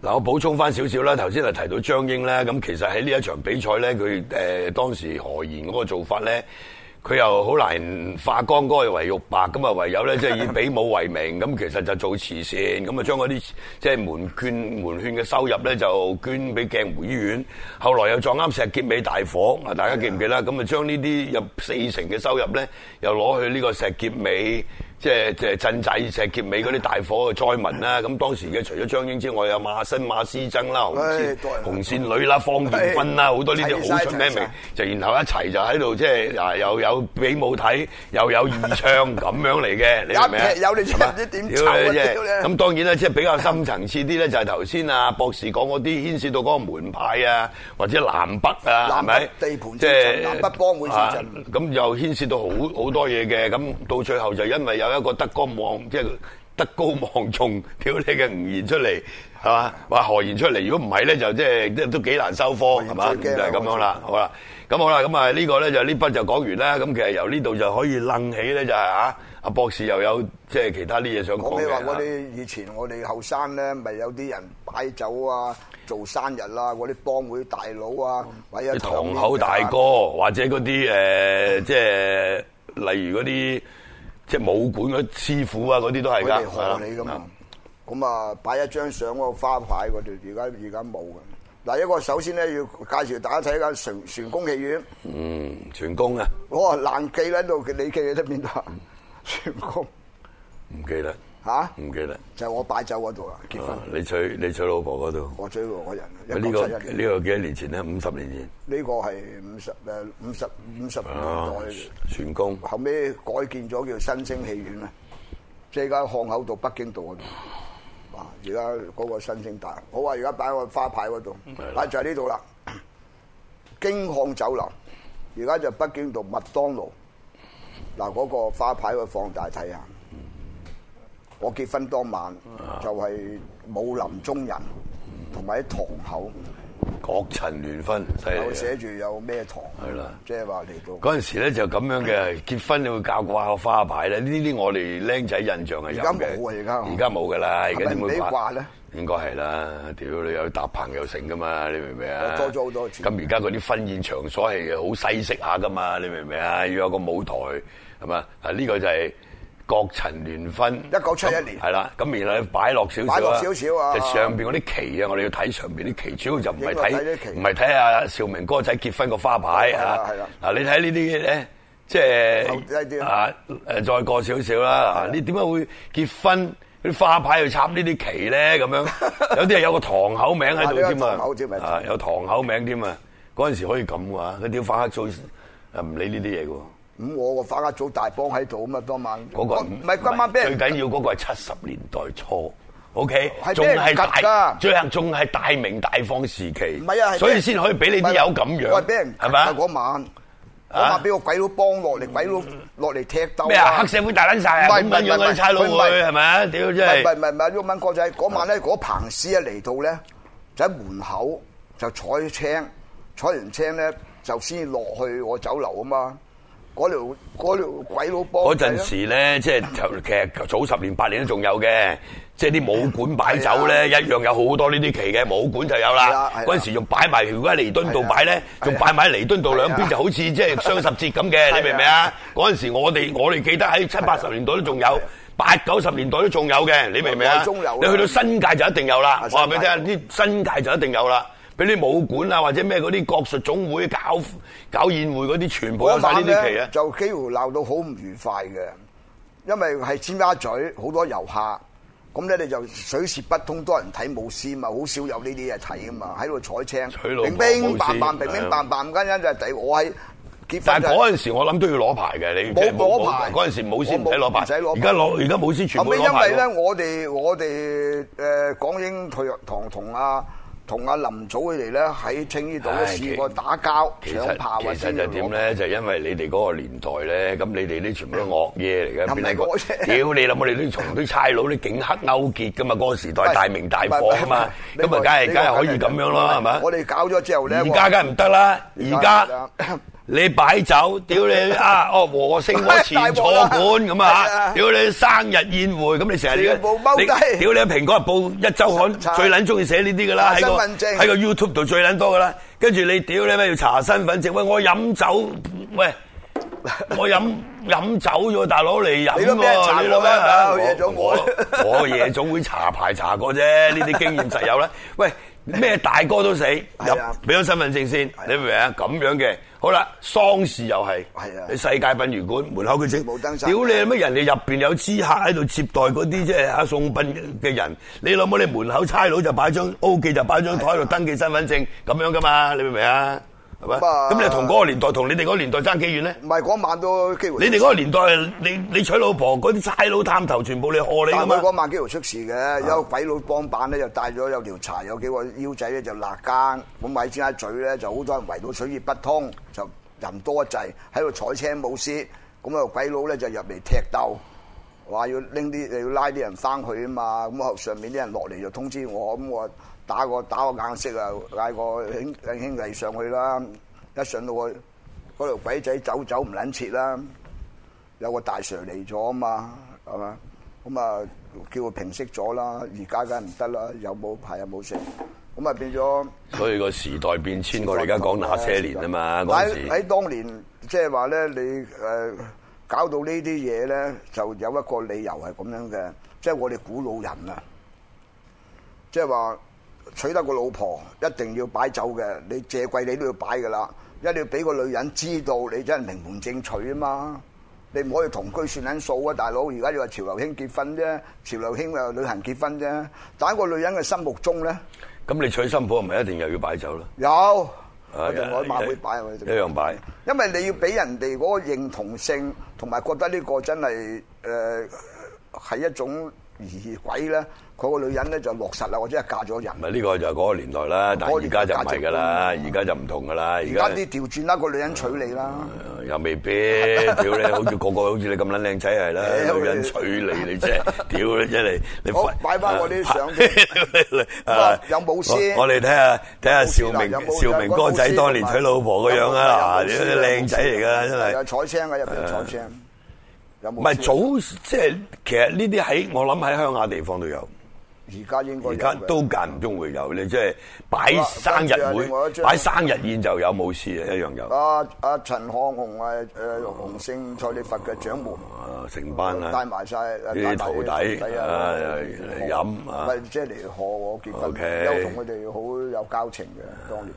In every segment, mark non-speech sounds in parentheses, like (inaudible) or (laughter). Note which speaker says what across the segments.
Speaker 1: 嗱，我補充翻少少啦，頭先就提到張英咧，咁其實喺呢一場比賽咧，佢誒、呃、當時何言嗰個做法咧，佢又好難化干戈為玉帛，咁啊唯有咧即係以比武為名，咁其實就做慈善，咁啊將嗰啲即係門券門券嘅收入咧就捐俾鏡湖醫院，後來又撞啱石硤尾大火，啊大家記唔記得？咁啊將呢啲入四成嘅收入咧，又攞去呢個石硤尾。即係即係鎮制石硤尾嗰啲大火嘅災民啦，咁當時嘅除咗張英之外，有馬新、馬師曾啦、紅線
Speaker 2: 唉多人
Speaker 1: 紅線女啦、方艷芬啦，好多呢啲好出名名
Speaker 2: 齊晒，
Speaker 1: 就然後一齊就喺度即係嗱，又有比武睇，又有義
Speaker 2: (laughs)
Speaker 1: 唱咁樣嚟嘅，你明唔明啊
Speaker 2: 有劈有你真係唔知點
Speaker 1: 屌你
Speaker 2: 湊啊
Speaker 1: 真係
Speaker 2: 屌你
Speaker 1: 咁當然啦，即係比較深層次啲咧，就係頭先啊博士講嗰啲牽涉到嗰個門派啊，或者南北啊，係
Speaker 2: 南北
Speaker 1: 咪？
Speaker 2: 地盤
Speaker 1: 即
Speaker 2: 之爭
Speaker 1: 係
Speaker 2: 南北幫會之
Speaker 1: 啊
Speaker 2: 爭
Speaker 1: 咁又牽涉到好好多嘢嘅，咁到最後就因為有一個德高望即係德高望重 (laughs) 屌你嘅吳言出嚟，係嘛？話何言出嚟，如果唔係咧，就即係即係都幾難收科，
Speaker 2: 言
Speaker 1: 係嘛？就
Speaker 2: 最驚啦
Speaker 1: 係咁樣啦，好啦，咁好啦，咁啊呢個咧就呢筆就講完啦，咁其實由呢度就可以楞起咧就係啊，阿博士又有即係其他啲嘢想
Speaker 2: 講
Speaker 1: 講
Speaker 2: 起
Speaker 1: 嘅
Speaker 2: 話，我
Speaker 1: 啊。
Speaker 2: 哋以前我哋後生咧，咪有啲人擺酒啊、做生日啊，嗰啲幫會大佬啊，或者
Speaker 1: 嗯啲堂口
Speaker 2: 啊
Speaker 1: 大哥或者嗰啲誒，即係例如嗰啲即係武館嗰啲師傅啊，嗰啲都係
Speaker 2: 佢
Speaker 1: 㗎
Speaker 2: 哋，賀你噶
Speaker 1: 係啊
Speaker 2: 嘛。咁啊，擺一張相嗰個花牌嗰度，而家而家冇嘅。嗱，一個首先咧要介紹大家睇緊船船工戲院，
Speaker 1: 嗯，全功啊，
Speaker 2: 我話難記喺度，你記得邊度啊？ (laughs) 船工
Speaker 1: 唔記得，
Speaker 2: 嚇、
Speaker 1: 唔記得。
Speaker 2: 就係我擺酒嗰度啊，結婚
Speaker 1: 啊你娶你娶老婆嗰度，
Speaker 2: 我追過嗰人，啊
Speaker 1: 喂
Speaker 2: 一
Speaker 1: 呢
Speaker 2: 九
Speaker 1: 個
Speaker 2: 七一
Speaker 1: 呢
Speaker 2: 年，
Speaker 1: 個幾多年前咧？五十年前
Speaker 2: 呢個係五十誒五十五十
Speaker 1: 啊
Speaker 2: 年代。，
Speaker 1: 全功
Speaker 2: 後尾改建咗叫新星戲院啦，即係而家巷口道、北京道嗰度。哇！而家嗰個新星大，我話而家擺個花牌嗰度
Speaker 1: 係，嗯啦
Speaker 2: 擺就喺呢度啦。 (clears throat) 京漢酒樓，而家就北京道麥當勞。嗱，嗰個花牌去放大睇下。我結婚當晚
Speaker 1: 啊
Speaker 2: 就係武林中人，同埋喺堂口
Speaker 1: 嗯國陳聯婚，犀
Speaker 2: 有
Speaker 1: 利
Speaker 2: 寫
Speaker 1: 啊。
Speaker 2: 住有咩堂，
Speaker 1: 係啦
Speaker 2: 即係話嚟到。
Speaker 1: 嗰陣時咧就咁樣嘅，結婚你會教掛個花牌咧，呢啲我哋僆仔印象係有嘅。
Speaker 2: 而家冇啊而家
Speaker 1: 而家冇㗎啦，而家
Speaker 2: 係咪
Speaker 1: 點
Speaker 2: 唔
Speaker 1: 會
Speaker 2: 俾掛咧？
Speaker 1: 應該係啦，屌你有搭棚又成噶嘛，你明唔明啊？
Speaker 2: 多咗好多錢
Speaker 1: 咁而家嗰啲婚宴場所係好西式下噶嘛，你明唔明啊？要有個舞台係嘛？啊呢個就係國陳聯婚，
Speaker 2: 1971年
Speaker 1: 係啦。咁然後你擺落少少啊
Speaker 2: 擺落少少啊
Speaker 1: 就上邊嗰啲旗啊，我哋要睇上邊啲旗，主要就唔係
Speaker 2: 應該睇啲旗
Speaker 1: 睇唔係睇下少明哥仔結婚個花牌
Speaker 2: 係啦
Speaker 1: 啊
Speaker 2: 係啦。
Speaker 1: 嗱你睇呢啲咧，即
Speaker 2: 後低
Speaker 1: 係
Speaker 2: 啲啊
Speaker 1: 啊誒再過少少啦。嗱，你點解會結婚啲花牌去插呢啲旗咧？
Speaker 2: (laughs)
Speaker 1: 咁樣有啲係有個堂口名喺度添
Speaker 2: 啊呢個堂口添咪
Speaker 1: 啊，啊有堂口名添啊！嗰陣時可以咁㗎，佢屌反黑組啊唔理呢啲嘢嘅喎。
Speaker 2: 咁我個花家組大幫喺度啊嘛，當晚
Speaker 1: 嗰個
Speaker 2: 我唔係今晚俾人
Speaker 1: 最緊要嗰個係七十年代初。O K，
Speaker 2: 係
Speaker 1: 仲
Speaker 2: 俾人
Speaker 1: 係
Speaker 2: 夾
Speaker 1: 大，
Speaker 2: 㗎
Speaker 1: 最係仲係大明大放時期，
Speaker 2: 唔係啊，係俾人
Speaker 1: 所以先可以俾你啲友咁樣，
Speaker 2: 我係俾人
Speaker 1: 係咪啊
Speaker 2: 夾㗎嗰晚，
Speaker 1: 啊
Speaker 2: 嗰晚俾個鬼佬幫落嚟，鬼佬落嚟踢鬥
Speaker 1: 咩啊？黑社會大撚晒啊！
Speaker 2: 唔係
Speaker 1: 咁
Speaker 2: 唔係
Speaker 1: 撚樣
Speaker 2: 唔係
Speaker 1: 嗰啲差佬
Speaker 2: 唔係
Speaker 1: 會係咪啊？屌真
Speaker 2: 唔係
Speaker 1: 係
Speaker 2: 唔係唔係，鬱文哥仔嗰晚咧，嗰棚師一嚟到咧，就喺門口就採青，採完青咧就先落去我酒樓啊嘛。嗰條嗰條鬼佬幫
Speaker 1: 嗰陣時
Speaker 2: 啊
Speaker 1: 咧，即係就其實早十年八年都仲有嘅，即係啲武館擺酒咧，一樣有好多呢啲旗嘅，武館就有
Speaker 2: 啊係
Speaker 1: 啦
Speaker 2: 啊係。啊
Speaker 1: 嗰陣時仲擺埋，如果喺彌敦道
Speaker 2: 係啊
Speaker 1: 擺咧，
Speaker 2: 係啊
Speaker 1: 仲擺埋喺彌敦道兩
Speaker 2: 係
Speaker 1: 邊，
Speaker 2: 啊
Speaker 1: 就好似即係雙十節咁嘅，你明唔明啊？嗰陣時我哋我哋記得喺七八
Speaker 2: 啊
Speaker 1: 十年代都仲有，八九十年代都仲有嘅，你明唔明啊
Speaker 2: 內？中有啊
Speaker 1: 你去到新界就一定有啦
Speaker 2: 啊。
Speaker 1: 我話俾你
Speaker 2: 新
Speaker 1: 聽，啲新界就一定有啦。俾啲武館啊，或者咩嗰啲國術總會搞搞宴會嗰啲，全部有
Speaker 2: 嗰
Speaker 1: 晒呢
Speaker 2: 晚
Speaker 1: 啲旗啊
Speaker 2: 咧！就幾乎鬧到好唔愉快嘅，因為係尖沙咀好多遊客，咁咧你就水泄不通，多人睇舞獅嘛，好少有呢啲嘢睇啊嘛，
Speaker 1: 嗯
Speaker 2: 喺度採青
Speaker 1: 取，路
Speaker 2: 乒乒乓
Speaker 1: 望
Speaker 2: 乓，
Speaker 1: 舞獅
Speaker 2: 乒乒乓乓，間間就係第我喺結
Speaker 1: 啊但係
Speaker 2: 婚
Speaker 1: 嗰
Speaker 2: 就係
Speaker 1: 陣時，我諗都要攞牌嘅，你
Speaker 2: 冇
Speaker 1: 即係
Speaker 2: 攞牌
Speaker 1: 嗰陣時冇先唔
Speaker 2: 我冇
Speaker 1: 使攞牌，
Speaker 2: 唔使攞
Speaker 1: 而
Speaker 2: 牌
Speaker 1: 家攞而家冇先全
Speaker 2: 後
Speaker 1: 部
Speaker 2: 尾因
Speaker 1: 攞牌
Speaker 2: 為咧，
Speaker 1: 喎。
Speaker 2: 我哋我哋誒港英退入堂同阿同阿林祖佢哋咧喺青衣島
Speaker 1: 唉
Speaker 2: 咧
Speaker 1: 其
Speaker 2: 試過打交、
Speaker 1: 其
Speaker 2: 搶炮
Speaker 1: 實
Speaker 2: 啊，
Speaker 1: 其實就點
Speaker 2: 點？
Speaker 1: 咧，就因為你哋嗰個年代咧，咁你哋啲全部都惡嘢嚟嘅，
Speaker 2: 又唔係
Speaker 1: 邊
Speaker 2: 我啫
Speaker 1: 個？屌你諗，我哋啲同啲差佬啲警黑勾結噶嘛，嗰個時代
Speaker 2: 喂
Speaker 1: 大明大放啊嘛，
Speaker 2: 唔係
Speaker 1: 咁
Speaker 2: 唔係
Speaker 1: 啊，梗係
Speaker 2: 呢個
Speaker 1: 梗係可以咁樣咯，係咪
Speaker 2: 我哋搞咗之後咧，
Speaker 1: 而家梗係唔得啦，而家
Speaker 2: 而家
Speaker 1: (coughs) 你擺酒，屌你啊！哦，和盛和前
Speaker 2: (laughs) 大
Speaker 1: 坐
Speaker 2: 鑊啦
Speaker 1: 館咁啊
Speaker 2: 係啊！
Speaker 1: 屌你生日宴會，咁你成日
Speaker 2: 全部踎
Speaker 1: 你
Speaker 2: 低
Speaker 1: 屌你蘋果日報一周刊
Speaker 2: 查
Speaker 1: 最撚中意寫呢啲噶啦，喺
Speaker 2: 查
Speaker 1: 個
Speaker 2: 身份證
Speaker 1: 喺個 YouTube 度最撚多噶啦。跟住你屌你咩要查身份證？喂，我飲酒，
Speaker 2: (laughs)
Speaker 1: 喂，我飲飲酒咗，大佬你飲
Speaker 2: 你都俾人查
Speaker 1: 喎，
Speaker 2: 過
Speaker 1: 你老咩
Speaker 2: 咩
Speaker 1: 啊
Speaker 2: 夜總會
Speaker 1: 我 (laughs) 我我夜總會查牌查過
Speaker 2: (laughs)
Speaker 1: 啫，呢啲經驗實有啦。喂，咩大哥
Speaker 2: (laughs)
Speaker 1: 都死，入
Speaker 2: 係啊
Speaker 1: 俾咗身份證先，你明唔明啊？咁樣嘅，好啦，喪事又係，
Speaker 2: 係啊
Speaker 1: 你世界殯儀館門口佢整，
Speaker 2: 冇嗯燈
Speaker 1: 屌你乜人哋入邊有知客喺度接待嗰啲即係啊送殯嘅人，你老母你門口差佬就擺張 O 記就擺張台喺度登記身份證咁樣噶嘛，你明唔明啊？係咪？
Speaker 2: 嗯咁啊
Speaker 1: 咁你同嗰個年代同你哋嗰個年代爭幾遠咧？
Speaker 2: 唔係嗰晚都機會
Speaker 1: 你。哋嗰個年代，你你娶老婆嗰啲差佬探頭，全部你賀你啊
Speaker 2: 但
Speaker 1: 噶
Speaker 2: 係佢
Speaker 1: 嘛？
Speaker 2: 嗰晚幾條出事嘅，有個鬼佬幫辦咧就帶咗有條柴，有幾個腰仔咧就辣更，咁喺尖沙咀咧就好多人圍到水泄不通，就人多一滯，喺度採青舞獅，咁啊鬼佬咧就入嚟踢鬥，話要拎啲要拉啲人翻去啊嘛，咁後上面啲人落嚟就通知我，咁我打個打個眼色啊，嗌個兄兄弟上去啦，一上到去嗰條鬼仔走走唔撚切啦。有個大 Sir 嚟咗啊嘛，係嘛？咁啊叫佢平息咗啦，而家梗係唔得啦，有冇牌有冇食，咁啊變咗。
Speaker 1: 所以個時代變遷，我哋而家講那些年啊嘛，嗰陣
Speaker 2: 喺
Speaker 1: 時
Speaker 2: 喺當年即係話咧，你誒搞到呢啲嘢咧，就有一個理由係咁樣嘅，即係我哋古老人啊，即係話娶得個老婆一定要擺酒嘅，你借貴你都要擺噶啦，一定要俾個女人知道你真係名門正娶啊嘛。你唔可以同居算撚數啊，大佬！而家你話潮流興結婚啫，潮流興啊旅行結婚啫，但喺個女人嘅心目中咧，
Speaker 1: 咁你娶新抱係咪一定又要擺酒啦？
Speaker 2: 有我哋外馬會擺啊，我哋
Speaker 1: 一樣擺。
Speaker 2: 因為你要俾人哋嗰個認同性，同埋覺得呢個真係誒係一種儀軌咧，嗰、個女人咧就落實啦，或者係嫁咗人。
Speaker 1: 唔係呢個就係嗰個年代啦，但係而家就唔係㗎啦，
Speaker 2: 嗰個
Speaker 1: 而家就唔同㗎啦，而
Speaker 2: 而
Speaker 1: 家
Speaker 2: 家啲調轉啦，個女人娶你啦，
Speaker 1: 呃又未
Speaker 2: (laughs)
Speaker 1: 必，屌你，好似個個好似你咁撚靚仔係啦，
Speaker 2: 屌你
Speaker 1: 女人娶你你真
Speaker 2: (laughs)
Speaker 1: 係，屌你真係，你
Speaker 2: 好
Speaker 1: 快
Speaker 2: 擺返我啲相機
Speaker 1: (laughs) 啊
Speaker 2: 有冇先
Speaker 1: 我我哋睇下睇下
Speaker 2: 冇事
Speaker 1: 少
Speaker 2: 啦
Speaker 1: 明
Speaker 2: 有冇
Speaker 1: 少明哥仔當年娶老婆個樣啊，嗱，
Speaker 2: 有冇啊
Speaker 1: 屌
Speaker 2: 事
Speaker 1: 你靚仔嚟㗎真係啊
Speaker 2: 有。彩青嘅入邊有彩青，有冇？
Speaker 1: 唔係早，即係其實呢啲喺我諗喺鄉下地方都有，
Speaker 2: 而家應該
Speaker 1: 而家
Speaker 2: 有嘅
Speaker 1: 都間唔中會有。你即係擺
Speaker 2: 好啊
Speaker 1: 生日
Speaker 2: 跟住啊另外
Speaker 1: 會
Speaker 2: 一、張
Speaker 1: 擺生日宴就有冇事一樣有。
Speaker 2: 啊啊陳漢雄啊誒洪聖蔡李佛嘅掌門。
Speaker 1: 啊，成班
Speaker 2: 帶
Speaker 1: 啦，
Speaker 2: 埋晒
Speaker 1: 呢啲徒弟啊嚟飲啊
Speaker 2: 咪即係嚟賀我結婚，
Speaker 1: OK 嗯
Speaker 2: 又同佢哋好有交情嘅。當年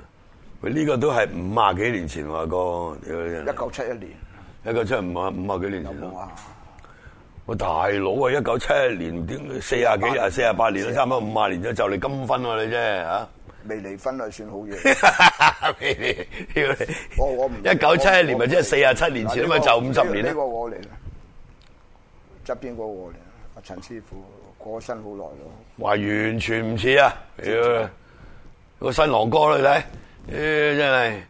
Speaker 1: 喂，呢個都係五啊幾年前話哥，屌你
Speaker 2: 一九七一年
Speaker 1: 一九七五啊五啊幾年
Speaker 2: 有
Speaker 1: 前
Speaker 2: 冇
Speaker 1: 啦。
Speaker 2: 啊？
Speaker 1: 喂，大佬啊，一九七一年點四啊幾啊四啊八年啦，差唔多五啊年咗，就嚟金婚喎你啫
Speaker 2: (laughs)
Speaker 1: 嚇。
Speaker 2: 未離婚啊，算好嘢。
Speaker 1: (laughs)
Speaker 2: 我我唔
Speaker 1: 一九七一年咪即係四啊七年前啊嘛，就五十年
Speaker 2: 呢
Speaker 1: 啦
Speaker 2: 個。我嚟啦，側邊嗰個我嚟啦，阿陳師傅過咗身好耐咯。
Speaker 1: 話完全唔似啊！屌個新郎哥你睇，誒真嗯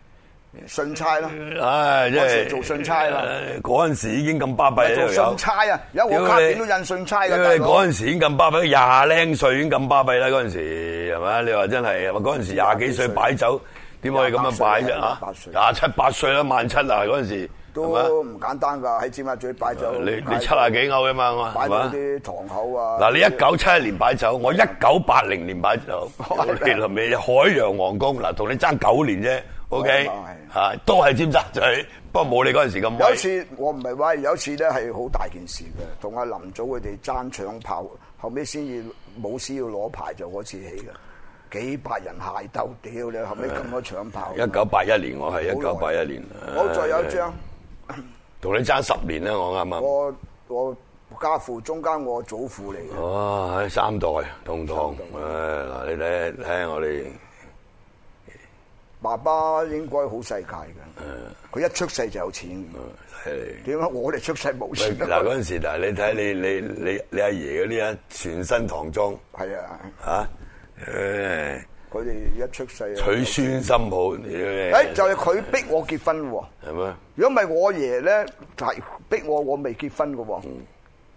Speaker 2: 信差啦，
Speaker 1: 係，唉真
Speaker 2: 嗰時
Speaker 1: 係
Speaker 2: 做信差啦
Speaker 1: 唉嗰陣時已經咁巴閉
Speaker 2: 做
Speaker 1: 啦，條友
Speaker 2: 信差啊，有
Speaker 1: 屌
Speaker 2: 我
Speaker 1: 你
Speaker 2: 卡片都印信差
Speaker 1: 屌
Speaker 2: 㗎。
Speaker 1: 你
Speaker 2: 大佬
Speaker 1: 嗰陣時已經咁巴閉，廿零歲已經咁巴閉啦。嗰陣時係咪？你話真係，話嗰陣時廿幾歲擺酒，點可以咁樣擺啫
Speaker 2: 廿
Speaker 1: 嚇？
Speaker 2: 八歲
Speaker 1: 廿七八歲啦，萬七啊嗰陣時，係咪？
Speaker 2: 都唔簡單㗎，喺尖沙咀擺酒。
Speaker 1: 你你七啊幾歐啊嘛，
Speaker 2: 擺
Speaker 1: 係
Speaker 2: 到
Speaker 1: 嘛？
Speaker 2: 啲堂口啊！
Speaker 1: 嗱，你一九七一年擺酒，我一九八零年擺酒，
Speaker 2: 啊
Speaker 1: 屌你臨尾海洋皇宮嗱，同你爭九年啫，OK
Speaker 2: 哦係
Speaker 1: 嚇，都係尖沙咀，不過冇你嗰陣時咁
Speaker 2: 有一
Speaker 1: 威。
Speaker 2: 次我唔係話，有一次咧係好大件事嘅，同阿林祖佢哋爭搶炮，後尾先至冇師要攞牌就嗰次起嘅，幾百人械鬥，屌你後尾咁多搶炮。
Speaker 1: 一九八一年我係一九
Speaker 2: 好
Speaker 1: 八
Speaker 2: 耐
Speaker 1: 一年，
Speaker 2: 我再有一張，哦
Speaker 1: 同你爭十年啦，我啱啱。
Speaker 2: 我我家父中間我祖父嚟嘅，
Speaker 1: 哇！哦唉三代同堂，
Speaker 2: 三代
Speaker 1: 唉嗱，你睇睇下我哋
Speaker 2: 爸爸應該好世界嘅，佢一出世就有錢嘅，
Speaker 1: 睇嚟
Speaker 2: 點解我哋出世冇
Speaker 1: 喂
Speaker 2: 錢啊？
Speaker 1: 嗱嗰陣時嗱，你睇你你你你阿爺嗰啲啊，全身唐裝
Speaker 2: 係啊，
Speaker 1: 嚇，唉
Speaker 2: 佢哋一出世就
Speaker 1: 娶孫心抱，屌你
Speaker 2: 誒就係佢逼我結婚喎。
Speaker 1: 係咩？
Speaker 2: 如果唔係我爺咧，係逼我我未結婚嘅喎，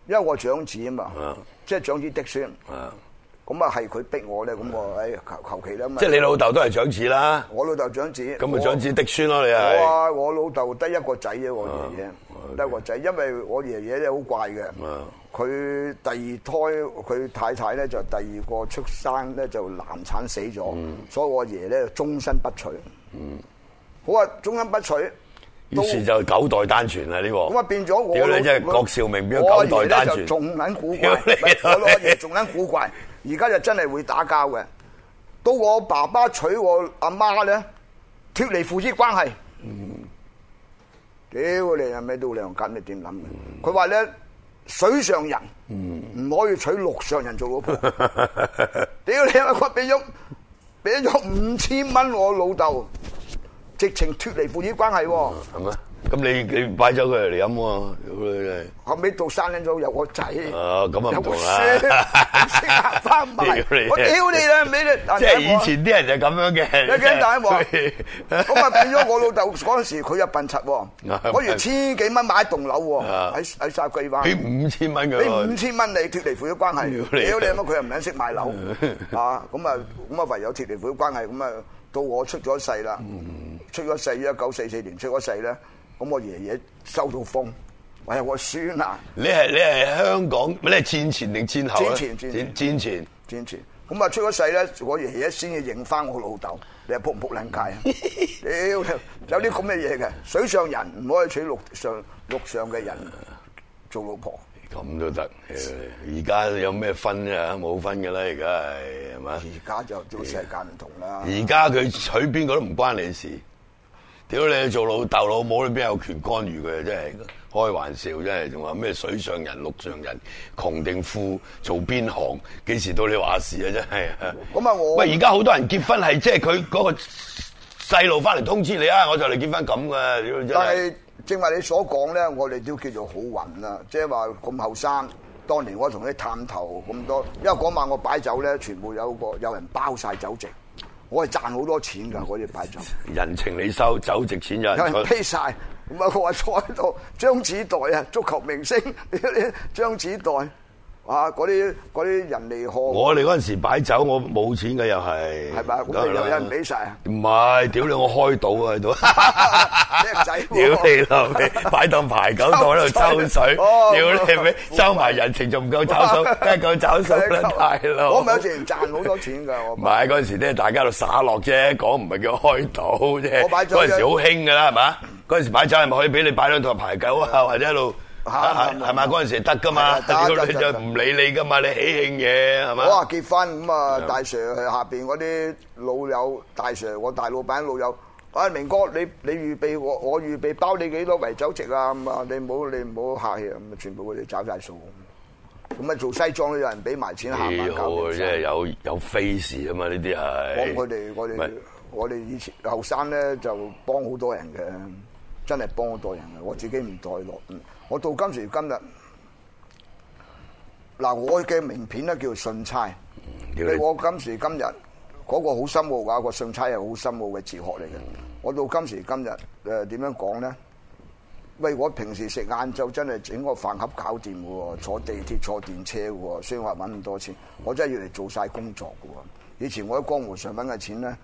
Speaker 2: 因為我長子啊嘛
Speaker 1: 嗯啊，
Speaker 2: 即係長子嫡孫。
Speaker 1: 啊！
Speaker 2: 咁啊係佢逼我咧，咁我誒求求其啦嘛
Speaker 1: 即係。你老豆都係長子啦，
Speaker 2: 我老豆長子，
Speaker 1: 咁咪
Speaker 2: 我啊
Speaker 1: 長子嫡孫咯，你
Speaker 2: 我
Speaker 1: 係。
Speaker 2: 啊，我老豆得一個仔啫，我爺爺得一個仔，因為我爺爺咧好怪嘅
Speaker 1: 啊，
Speaker 2: 佢第二胎佢太太咧就第二個出生咧就難產死咗，
Speaker 1: 嗯
Speaker 2: 所以我爺咧終身不娶。好啊，終身不娶，
Speaker 1: 於是就九代單傳啦呢個。
Speaker 2: 咁啊變咗我
Speaker 1: 屌
Speaker 2: 老
Speaker 1: 你真係
Speaker 2: 我
Speaker 1: 郭兆明變
Speaker 2: 我
Speaker 1: 咗九代單
Speaker 2: 爺咧就
Speaker 1: 傳。
Speaker 2: 仲撚古怪，
Speaker 1: 屌
Speaker 2: 唔
Speaker 1: 你
Speaker 2: 係我
Speaker 1: 老
Speaker 2: 我
Speaker 1: 味
Speaker 2: 爺仲撚古怪，而家就真係會打交嘅。到我爸爸娶我阿媽咧，脱離父子關係。屌你阿咩都兩斤，你點諗嘅？
Speaker 1: 嗯
Speaker 2: 佢話咧水上人唔可以娶陸上人做
Speaker 1: (laughs)
Speaker 2: 老婆。屌你阿媽，我俾咗俾咗五千蚊我老豆，直情脱離父子關係喎。
Speaker 1: (laughs) 係咩？咁你你擺酒佢嚟飲喎，屌你真係。
Speaker 2: 後尾到生撚咗有個仔，
Speaker 1: 哦咁啊唔
Speaker 2: 有個
Speaker 1: 同啦
Speaker 2: 孫，咁先行翻埋
Speaker 1: (laughs) 屌你。
Speaker 2: 我屌你啦，尾你
Speaker 1: 即係以前啲人就咁樣嘅。
Speaker 2: 你驚大鑊
Speaker 1: 真係
Speaker 2: 咁啊變咗我老豆嗰陣時，佢又笨柒喎，
Speaker 1: (laughs) 啊
Speaker 2: 嗰月千幾蚊買一棟樓喎，
Speaker 1: 啊
Speaker 2: 喺喺沙居灣。
Speaker 1: 俾五千蚊佢
Speaker 2: 俾
Speaker 1: 喎。
Speaker 2: 五千蚊你脱離父子關係，
Speaker 1: 屌
Speaker 2: 屌
Speaker 1: 你
Speaker 2: 你乜佢又唔撚識
Speaker 1: (laughs)
Speaker 2: 買樓啊！咁啊咁啊唯有脱離父子關係，咁啊到我出咗世啦，
Speaker 1: 嗯
Speaker 2: 出咗世一九四四年出咗世咧，咁我爺爺收到風，喂我孫啊！
Speaker 1: 你係你係香港，你係戰前定戰後啊
Speaker 2: 戰前戰前
Speaker 1: 戰前。
Speaker 2: 戰前。咁啊出咗世咧，我爺爺先至認翻我老豆。你係仆唔仆撚街啊？
Speaker 1: (laughs)
Speaker 2: 屌，有啲咁嘅嘢嘅。水上人唔可以娶陸上陸上嘅人做老婆。
Speaker 1: 咁都得，呃而家有咩分啊？冇分嘅啦，而家係係嘛？
Speaker 2: 而家就做世界唔同啦。
Speaker 1: 而家佢娶邊個都唔關你事，屌你做老豆老母，你邊有權干預佢啊？真係開玩笑，真係仲話咩水上人、陸上人，窮定富，做邊行，幾時到你話事啊？真係。
Speaker 2: 咁啊我
Speaker 1: 喂，而家好多人結婚係即係佢嗰個細路翻嚟通知你啊，我就嚟結婚咁嘅，屌真
Speaker 2: 但
Speaker 1: 係。
Speaker 2: 係正話你所講咧，我哋都叫做好運啦，即係話咁後生。當年我同你探頭咁多，因為嗰晚我擺酒咧，全部有個有人包晒酒席，我係賺好多錢㗎嗰啲擺酒。
Speaker 1: 人情你收，酒值錢有
Speaker 2: 有
Speaker 1: 人
Speaker 2: 人
Speaker 1: 出。
Speaker 2: 批晒，咁啊！我話坐喺度，張子代啊，足球明星， (laughs) 張子代啊，嗰啲嗰啲人嚟賀，
Speaker 1: 我哋嗰陣時擺酒，我冇錢嘅又係，
Speaker 2: 係咪？咁
Speaker 1: 梗係
Speaker 2: 你又有
Speaker 1: 啦
Speaker 2: 人俾晒啊？ (laughs)
Speaker 1: 唔係，屌你！我開到啊喺度，
Speaker 2: 叻仔
Speaker 1: 屌
Speaker 2: 喎
Speaker 1: 你老味，擺檔排九檔喺度抽
Speaker 2: (laughs) 抽
Speaker 1: 水，
Speaker 2: 水
Speaker 1: 屌你味
Speaker 2: 哦，
Speaker 1: 收埋人情仲唔夠找數，
Speaker 2: (laughs)
Speaker 1: 梗係夠找數啦，大佬。
Speaker 2: 我咪有時賺好多錢㗎，我
Speaker 1: 唔係嗰陣時咧，大家喺度耍落啫，講唔係叫開賭啫。
Speaker 2: 我擺酒
Speaker 1: 嗰陣時好興㗎啦，係嘛？嗰陣時擺酒係咪可以俾你擺兩台牌九啊，或者喺度
Speaker 2: 嚇
Speaker 1: 啊
Speaker 2: 冇
Speaker 1: 係嘛？
Speaker 2: 冇
Speaker 1: 嗰陣時得㗎嘛，
Speaker 2: 係啊得
Speaker 1: 屌你就
Speaker 2: 得得
Speaker 1: 唔理你㗎嘛，你喜慶嘢係嘛？
Speaker 2: 我話結婚咁啊，大 Sir 係下邊嗰啲老友，大 Sir 我大老闆老友，啊明哥你你預備我我預備包你幾多圍酒席啊咁啊，你唔好你唔好客氣啊，咁啊全部佢哋找晒數，咁啊做西裝都有人俾埋錢下
Speaker 1: 幾
Speaker 2: 晚
Speaker 1: 好
Speaker 2: 搞
Speaker 1: 啊！
Speaker 2: 掂
Speaker 1: 即係
Speaker 2: 晒。
Speaker 1: 有有 face 啊嘛，呢啲係。
Speaker 2: 幫佢哋我
Speaker 1: 唔係
Speaker 2: 哋我哋以前後生咧就幫好多人嘅，真係幫好多人嘅，我自己唔代落，我到今時今日。嗱，我嘅名片咧叫信差。
Speaker 1: 屌
Speaker 2: 你
Speaker 1: 你
Speaker 2: 我今時今日嗰、個好深奧㗎，個信差係好深奧嘅哲學嚟嘅。我到今時今日誒點、樣講咧？喂，我平時食晏晝真係整個飯盒搞掂嘅喎，坐地鐵坐電車嘅喎，雖然話揾咁多錢，我真係要嚟做晒工作嘅喎。以前我喺江湖上揾嘅錢咧，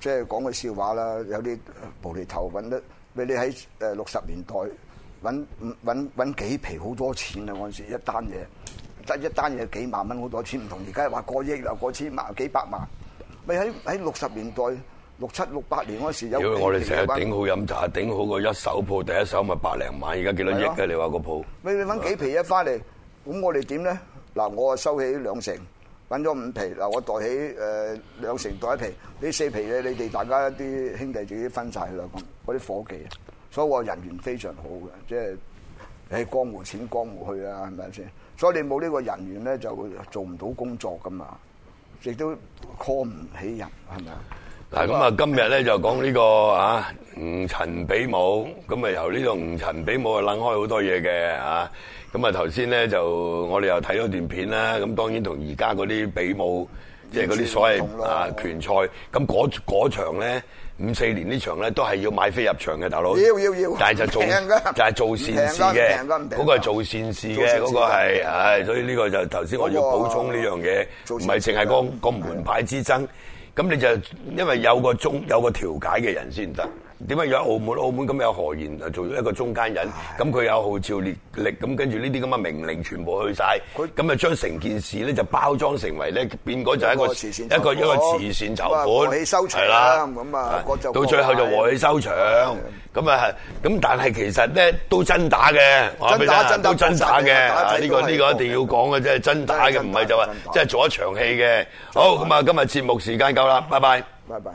Speaker 2: 即係講句笑話啦，有啲呃無厘頭揾得，俾你喺誒六十年代揾揾揾幾皮好多錢啊！嗰陣時一單嘢得一單嘢幾萬蚊好多錢，唔同而家話過億啊啦，過千萬幾百萬。咪喺喺六十年代六七六八年嗰陣時有
Speaker 1: 屌
Speaker 2: 幾
Speaker 1: 我哋
Speaker 2: 皮
Speaker 1: 成日
Speaker 2: 嘅話
Speaker 1: 頂好飲茶，頂好個一手鋪，第一手咪百零萬，而家幾多億
Speaker 2: 係
Speaker 1: 啊？
Speaker 2: 咯
Speaker 1: 你話個鋪？
Speaker 2: 你你揾幾皮嘢翻嚟，咁我哋點咧？嗱，我啊收起兩成，揾咗五皮，嗱我袋起誒、呃、兩成袋一皮，呢四皮咧你哋大家啲兄弟自己分晒佢啦，咁嗰啲伙計，所以我人緣非常好嘅，即係誒江湖錢江湖去啊，係咪先？所以你冇呢個人緣咧，就做唔到工作噶嘛，亦都 call 唔起人，係咪啊？
Speaker 1: 嗱咁啊，今日咧就講呢個啊吳陳比武，咁啊由呢個吳陳比武啊楞開好多嘢嘅啊，咁啊頭先咧就我哋又睇咗段片啦，咁當然同而家嗰啲比武，即係嗰啲所
Speaker 2: 完全唔
Speaker 1: 謂
Speaker 2: 同咯
Speaker 1: 啊拳賽，咁嗰嗰場咧五四年呢場咧都係要買飛入場嘅，大佬。
Speaker 2: 要要要
Speaker 1: 但係就做
Speaker 2: 唔平㗎
Speaker 1: 就係做善事
Speaker 2: 唔
Speaker 1: 嘅
Speaker 2: 平㗎唔平㗎唔，平㗎
Speaker 1: 嗰個係做善事
Speaker 2: 做善
Speaker 1: 嘅，
Speaker 2: 事
Speaker 1: 嗰個係唉，所以呢個就頭先我要
Speaker 2: 嗰個
Speaker 1: 補充呢樣嘢，
Speaker 2: 做啊
Speaker 1: 唔
Speaker 2: 善
Speaker 1: 係
Speaker 2: 事
Speaker 1: 淨
Speaker 2: 嘅
Speaker 1: 係講講門派之爭。咁你就因為有個中有個調解嘅人先得。點解有澳門？澳門咁有何言就做咗一個中間人，咁佢有號召力力，咁跟住呢啲咁嘅命令全部去晒，
Speaker 2: 佢
Speaker 1: 咁就將成件事咧就包裝成為咧變嗰就係一
Speaker 2: 一個
Speaker 1: 個
Speaker 2: 慈善
Speaker 1: 一個
Speaker 2: 籌款
Speaker 1: 一個慈善籌款，
Speaker 2: 咁啊和氣收場
Speaker 1: 係
Speaker 2: 咁啊嗰就
Speaker 1: 到最後就和氣收場。咁啊，咁但係其實咧都真打嘅，我話俾你聽
Speaker 2: 真打
Speaker 1: 都真打
Speaker 2: 真
Speaker 1: 嘅，
Speaker 2: 打
Speaker 1: 啊呢個
Speaker 2: 真打
Speaker 1: 呢個一定要講嘅，即係真打嘅，
Speaker 2: 真打
Speaker 1: 唔係就話
Speaker 2: 真打
Speaker 1: 即係做一場戲嘅。好，咁啊，今日節目時間夠啦，拜拜。
Speaker 2: 拜拜。